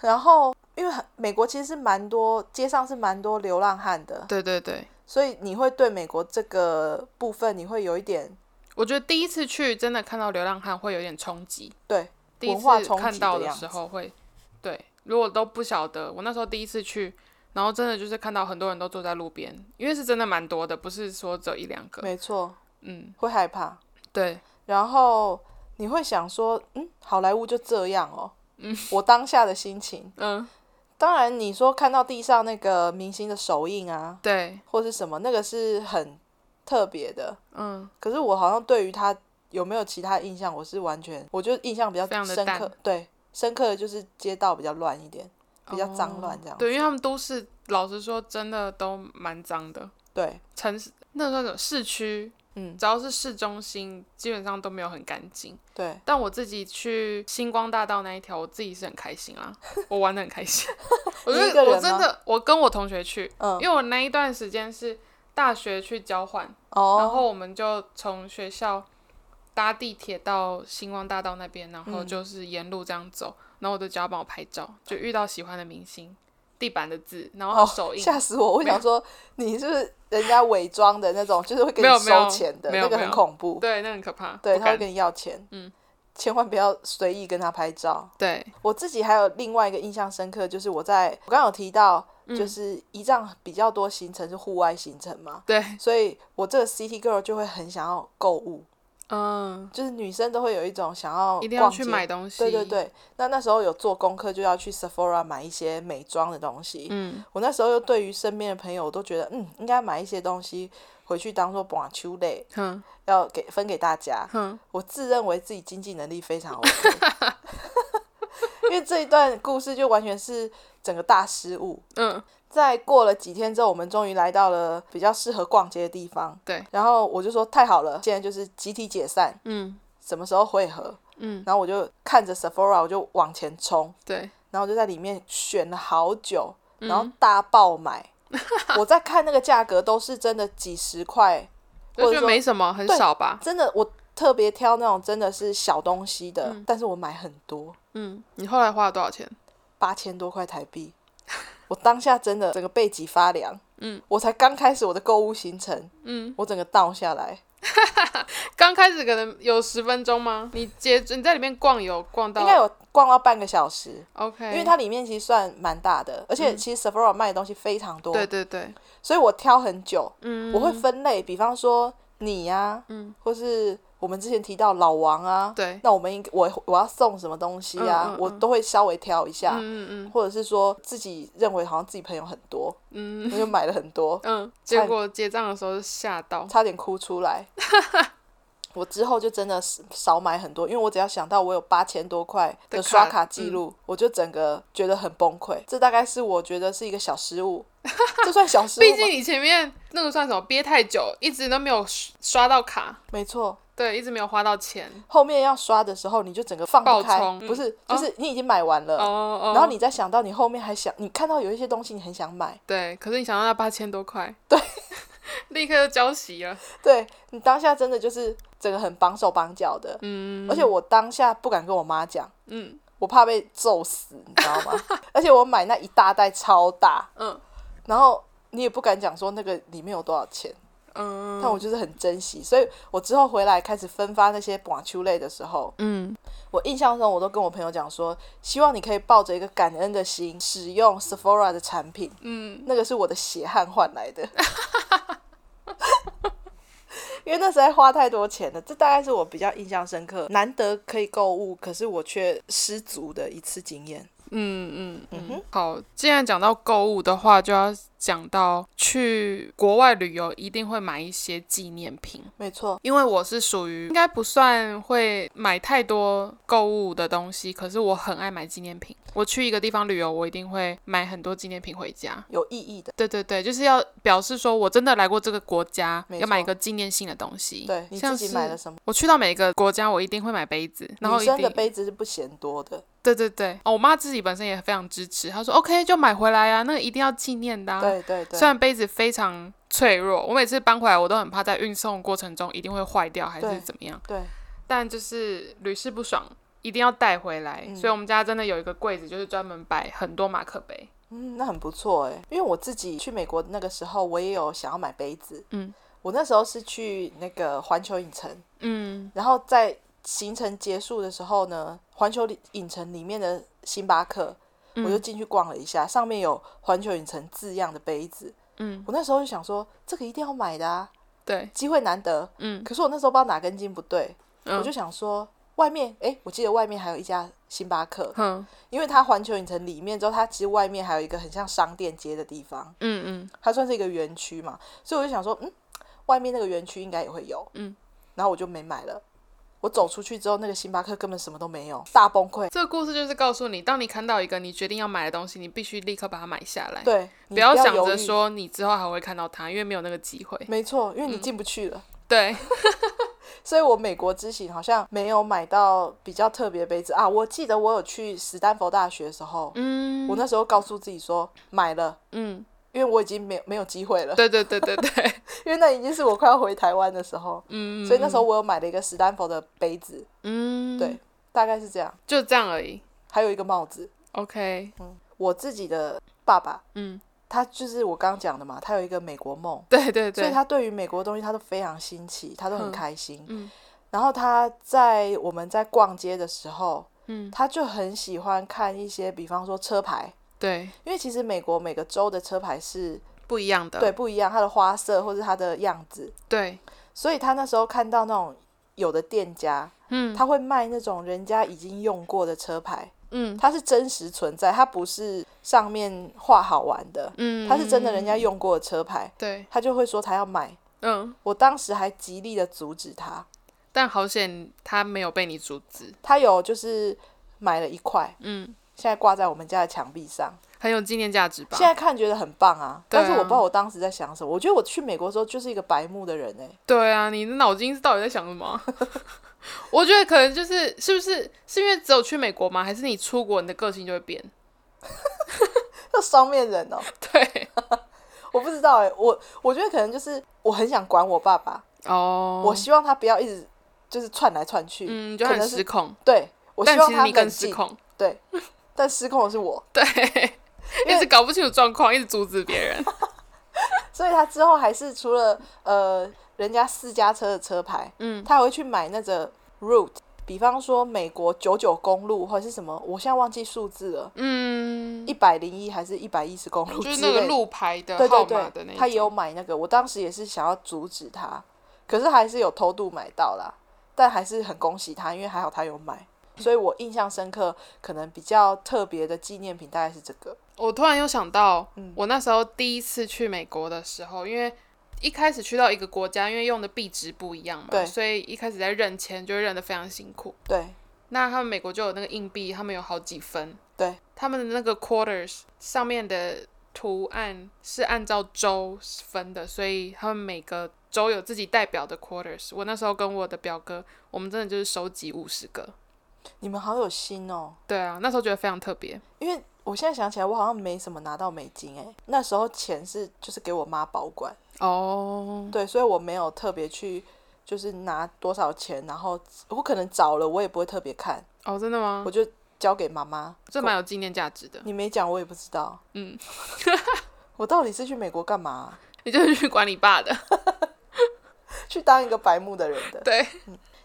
然后，因为很美国其实是蛮多街上是蛮多流浪汉的，
对对对，
所以你会对美国这个部分你会有一点
我觉得第一次去真的看到流浪汉会有点冲击，
对
第一
文化
次
冲击
看到
的
的
样
时候会，对，如果都不晓得，我那时候第一次去，然后真的就是看到很多人都坐在路边，因为是真的蛮多的，不是说只有一两个，
没错，
嗯，
会害怕。
对，
然后你会想说，嗯，好莱坞就这样哦。嗯，我当下的心情，
嗯，
当然你说看到地上那个明星的手印啊，
对，
或是什么，那个是很特别的。
嗯，
可是我好像对于他有没有其他印象，我是完全，我就印象比较
非常地
深刻
淡。
对，深刻的就是街道比较乱一点，比较脏乱这样。
哦对，因为他们都市老实说真的都蛮脏的，
对，
城市那那种市区，
嗯，
只要是市中心，基本上都没有很干净。
对，
但我自己去星光大道那一条，我自己是很开心 啦，我玩的很开心。我觉
你一
得
个人吗
我真的，我跟我同学去，
嗯，
因为我那一段时间是大学去交换，然
哦，
后我们就从学校搭地铁到星光大道那边，然
嗯
后就是沿路这样走，然后我的脚帮我拍照，就遇到喜欢的明星，地板的字，然后
哦
手，印。
吓死我！我想说你是不是人家伪装的那种，就是会给
没有
你
没有
收钱的
没有
那个
没
很
有
恐怖。
对，那很可怕。
对，
不
他会
敢
跟你要钱，
嗯，
千万不要随意跟他拍照。
对，
我自己还有另外一个印象深刻，就是我在我刚刚有提到，
嗯
就是一仗比较多行程是户外行程嘛，
对，
所以我这个 City Girl 就会很想要购物，
嗯，
就是女生都会有一种想要
一定要
哦逛
去
街
买东西。
对对，对，那那时候有做功课，就要去 Sephora 买一些美妆的东西。
嗯，
我那时候又对于身边的朋友，我都觉得嗯，应该买一些东西回去当做广秋类，
哼
要给分给大家。
哼，
我自认为自己经济能力 非常 OK，因为这一段故事就完全是整个大失误。
嗯，
在过了几天之后，我们终于来到了比较适合逛街的地方。
对，
然后我就说太好了，现在就是集体解散，
嗯
什么时候会合？
嗯，
然后我就看着 Sephora，我就往前冲，
对，
然后我就在里面选了好久，
嗯
然后大爆 买。我在看那个价格，都是真的几十块，
我
或
觉
者
得
说
没什么，很
对
少吧。
真的我特别挑那种真的是小东西的，但是我买很多，
嗯，你后来花了多少钱？
八千多块台币，我当下真的整个背脊发凉。
嗯，
我才刚开始我的购物行程，
嗯，
我整个倒下来，
刚开始可能有十分钟吗？你接你在里面逛有逛
应该
到
有逛到半个小时，
OK，
因为它里面其实算蛮大的，而且其实 Sephora 卖的东西非常
嗯
多，
对对对，
所以我挑很久，
嗯，
我会分类，比方说你呀、
嗯，
或是我们之前提到老王啊，
对，
那我们应我我要送什么东西啊，
嗯嗯嗯
我都会稍微挑一下，
嗯嗯
或者是说自己认为好像自己朋友很多，
嗯嗯
我就买了很多，
嗯，结果结账的时候就吓到，
差点哭出 来。我之后就真的是少买很多，因为我只要想到我有八千多块
的卡嗯
的刷卡记录，我就整个觉得很崩溃。这大概是我觉得是一个小失 误，这算小失误吗？
毕竟你前面那个算什么憋太久，一直都没有刷刷到卡，
没错，
对，一直没有花到钱，
后面要刷的时候，你就整个放不开
爆冲，嗯
不是，就是你已经买完了，
哦哦，
然后你再想到你后面还想，你看到有一些东西你很想买，
对，可是你想到那八千多块，
对，
立刻就交息了，
对你当下真的就是整个很绑手绑脚的，
嗯
而且我当下不敢跟我妈讲，
嗯
我怕被揍死，你知道吗？ 而且我买那一大袋超大，
嗯
然后你也不敢讲说那个里面有多少钱，
嗯，
但我就是很珍惜，所以我之后回来开始分发那些广秋类的时候，
嗯
我印象中我都跟我朋友讲说，希望你可以抱着一个感恩的心使用 Sephora 的产品，
嗯，
那个是我的血汗换来的。 因为那实在花太多钱了，这大概是我比较印象深刻、难得可以购物，可是我却失足的一次经验。
嗯嗯
嗯
嗯
哼，
好。既然讲到购物的话，就要讲到去国外旅游一定会买一些纪念品，
没错，
因为我是属于应该不算会买太多购物的东西，可是我很爱买纪念品。我去一个地方旅游，我一定会买很多纪念品回家。
有意义的。
对对对，就是要表示说我真的来过这个国家，
没错
要买一个纪念性的东西。
对你自
像
己
是
买了什么？
我去到每一个国家，我一定会买杯子，然后
女
一
生的
定
杯子是不嫌多的，
对对对。哦，我妈自己本身也非常支持，她说 OK 就买回来啊，那个一定要纪念的、啊。
对对对，
虽然杯子非常脆弱，我每次搬回来我都很怕在运送过程中一定会坏掉还
对
是怎么样，
对
但就是屡试不爽，一定要带回来。
嗯
所以我们家真的有一个柜子，就是专门摆很多马克杯。
嗯，那很不错哎、因为我自己去美国那个时候，我也有想要买杯子。
嗯，
我那时候是去那个环球影城，
嗯
然后在行程结束的时候呢，环球影城里面的星巴克，
嗯
我就进去逛了一下，上面有环球影城字样的杯子。
嗯，
我那时候就想说，这个一定要买的啊，
对，
机会难得。
嗯
可是我那时候不知道哪根筋不对，
嗯
我就想说，外面，哎，我记得外面还有一家星巴克，
哼，
因为它环球影城里面之后，它其实外面还有一个很像商店街的地方，
嗯嗯，
它算是一个园区嘛，所以我就想说，嗯，外面那个园区应该也会有，
嗯，
然后我就没买了。我走出去之后，那个星巴克根本什么都没有，大崩溃。
这个故事就是告诉你，当你看到一个你决定要买的东西，你必须立刻把它买下来，
对，你
不要想
犹
着
豫，
说你之后还会看到它，因为没有那个机会。
没错，因
嗯
为你进不去了。
对，
所以我美国之行好像没有买到比较特别的杯子啊。我记得我有去史丹佛大学的时候，
嗯
我那时候告诉自己说买了，
嗯，
因为我已经没有没有机会了，
对对对对对，
因为那已经是我快要回台湾的时候，
嗯，
所以那时候我有买了一个史丹佛的杯子，
嗯，
对，，大概是这样，
就这样而已。
还有一个帽子。
OK，
我自己的爸爸，
嗯，
他就是我刚刚讲的嘛，他有一个美国梦，
对对
所以
对，
他对于美国的东西他都非常新奇，他都很
嗯
开心。
嗯
然后他在我们在逛街的时候，
嗯，
他就很喜欢看一些，比方说车牌，
对，
因为其实美国每个州的车牌是
不一样的，
对不一样，它的花色或是它的样子，
对，
所以他那时候看到那种有的店家，
嗯
他会卖那种人家已经用过的车牌，
嗯
它是真实存在，它不是上面画好玩的，
嗯，
它是真的人家用过的车牌，
对，
他就会说他要买。
嗯，
我当时还极力的阻止他，
但好险他没有被你阻止，
他有就是买了一块，
嗯，
现在挂在我们家的墙壁上。
很有纪念价值吧
现？在看觉得很棒啊，
对啊
但是我不知道我当时在想什么。我觉得我去美国的时候就是一个白目的人哎、
对啊，你的脑筋到底在想什么？啊 我觉得可能就是是不是是因为只有去美国吗？还是你出国你的个性就会变？
这双面人哦、
对，
我不知道哎、我我觉得可能就是我很想管我爸爸，
哦，
我希望他不要一直就是窜来窜去，
嗯，就
可
很
能是
失控，
对我
但
希
其
望
实
他
你更
冷
失
静，
控，
对，但失控的是我，
对，
因
一直
为
搞不清楚状况，一直阻止别人，
所以他之后还是除了呃人家私家车的车牌，
嗯
他还会去买那个 route，比方说美国九九公路或者是什么，我现在忘记数字了，
嗯，
一百零一还是一百一十公路
就
之类
是
的，
那个路牌的
对
号
对
码的那一，
对
种，
他也有买那个，我当时也是想要阻止他，可是还是有偷渡买到啦，但还是很恭喜他，因为还好他有买，所以我印象深刻，可能比较特别的纪念品大概是这个，
我突然又想到
嗯，
我那时候第一次去美国的时候，因为一开始去到一个国家，因为用的币值不一样嘛，
对
所以一开始在认签就会认得非常辛苦。
对
那他们美国就有那个硬币，他们有好几分，
对，
他们的那个 quarters 上面的图案是按照州分的，所以他们每个州有自己代表的 quarters。我那时候跟我的表哥，我们真的就是收集五十个。
你们好有心哦，
对啊，那时候觉得非常特别。
因为我现在想起来，我好像没什么拿到美金诶，那时候钱是就是给我妈保管，
哦，
对，所以我没有特别去。就是拿多少钱，然后我可能找了，我也不会特别看，
哦，真的吗
我？就交给妈妈。
这蛮有纪念价值的。
你没讲，我也不知道。
嗯，
我到底是去美国干嘛啊、
你 就是去管你爸的。
去当一个白目的人 的。嗯
对，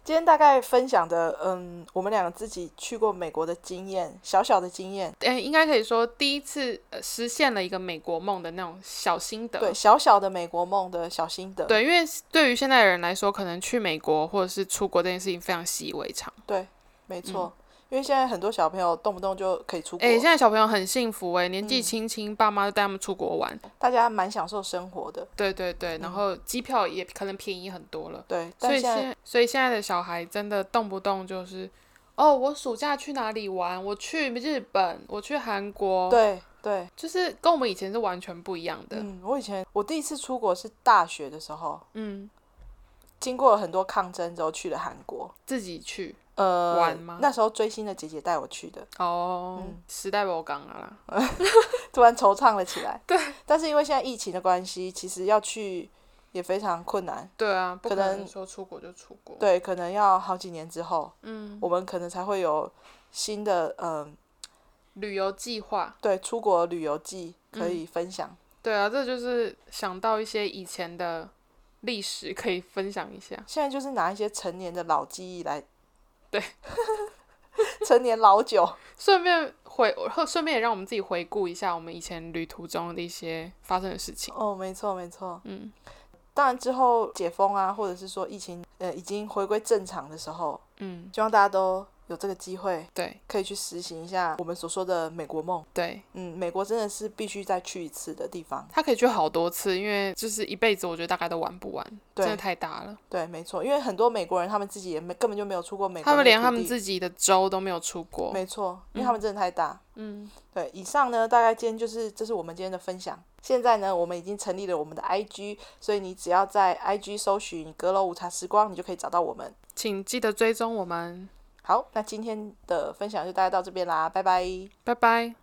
今天大概分享的，嗯，我们两个自己去过美国的经验，小小的经验，
嗯，应该可以说第一次、呃、实现了一个美国梦的那种小心得。
对，小小的美国梦的小心得，
对因为对于现在的人来说，可能去美国或者是出国这件事情非常习以为常。
对，没错，因为现在很多小朋友动不动就可以出国，嗯
哎、嗯现在小朋友很幸福哎、年纪轻轻，爸妈就带他们出国玩。
大家蛮享受生活的，
对对对，然后机票也可能便宜很多了。
对，
所
嗯但
以
现在
现所以现在的小孩真的动不动就是，哦，我暑假去哪里玩？我去日本，我去韩国，，
对对，
就是跟我们以前是完全不一样哦的。
嗯，我以前我第一次出国是大学的时候，
嗯，
经过了很多抗争之后去了韩国。
自己去
呃，
玩吗
那时候追星的姐姐带我去的，
哦，
嗯
时代宝港啊啦，
突然惆怅了起来。对，但是因为现在疫情的关系，其实要去也非常困难。
对啊，不可
可
能
能
说出国就出国，
对，可能要好几年之后，
嗯，
我们可能才会有新的嗯、
旅游计划，
对，出国旅游记可
嗯
以分享。
对啊，这就是想到一些以前的历史可以分享一下，
现在就是拿一些成年的老记忆来，
对，
成年老 酒，
顺便回，顺便也让我们自己回顾一下我们以前旅途中的一些发生的事情。
哦，没错没错，
嗯，
当然之后解封啊，或者是说疫情呃已经回归正常的时候，
嗯，
希望大家都有这个机会
对
可以去实行一下我们所说的美国梦。
对，
嗯，美国真的是必须再去一次的地方。
他可以去好多次，因为就是一辈子，我觉得大概都玩不完，
对
真的太大了。
对，没错，因为很多美国人他们自己也没根本就没有出过美国
他
那
们
个土地，
连他们自己的州都没有出过。
没错，因为他们真的太大。
嗯，
对，以上呢，大概今天就是这是我们今天的分享。现在呢，我们已经成立了我们的 IG，所以你只要在 IG 搜寻“阁楼午茶时光”，你就可以找到我们。
请记得追踪我们，
好，那今天的分享就大概到这边啦，拜拜。
拜拜。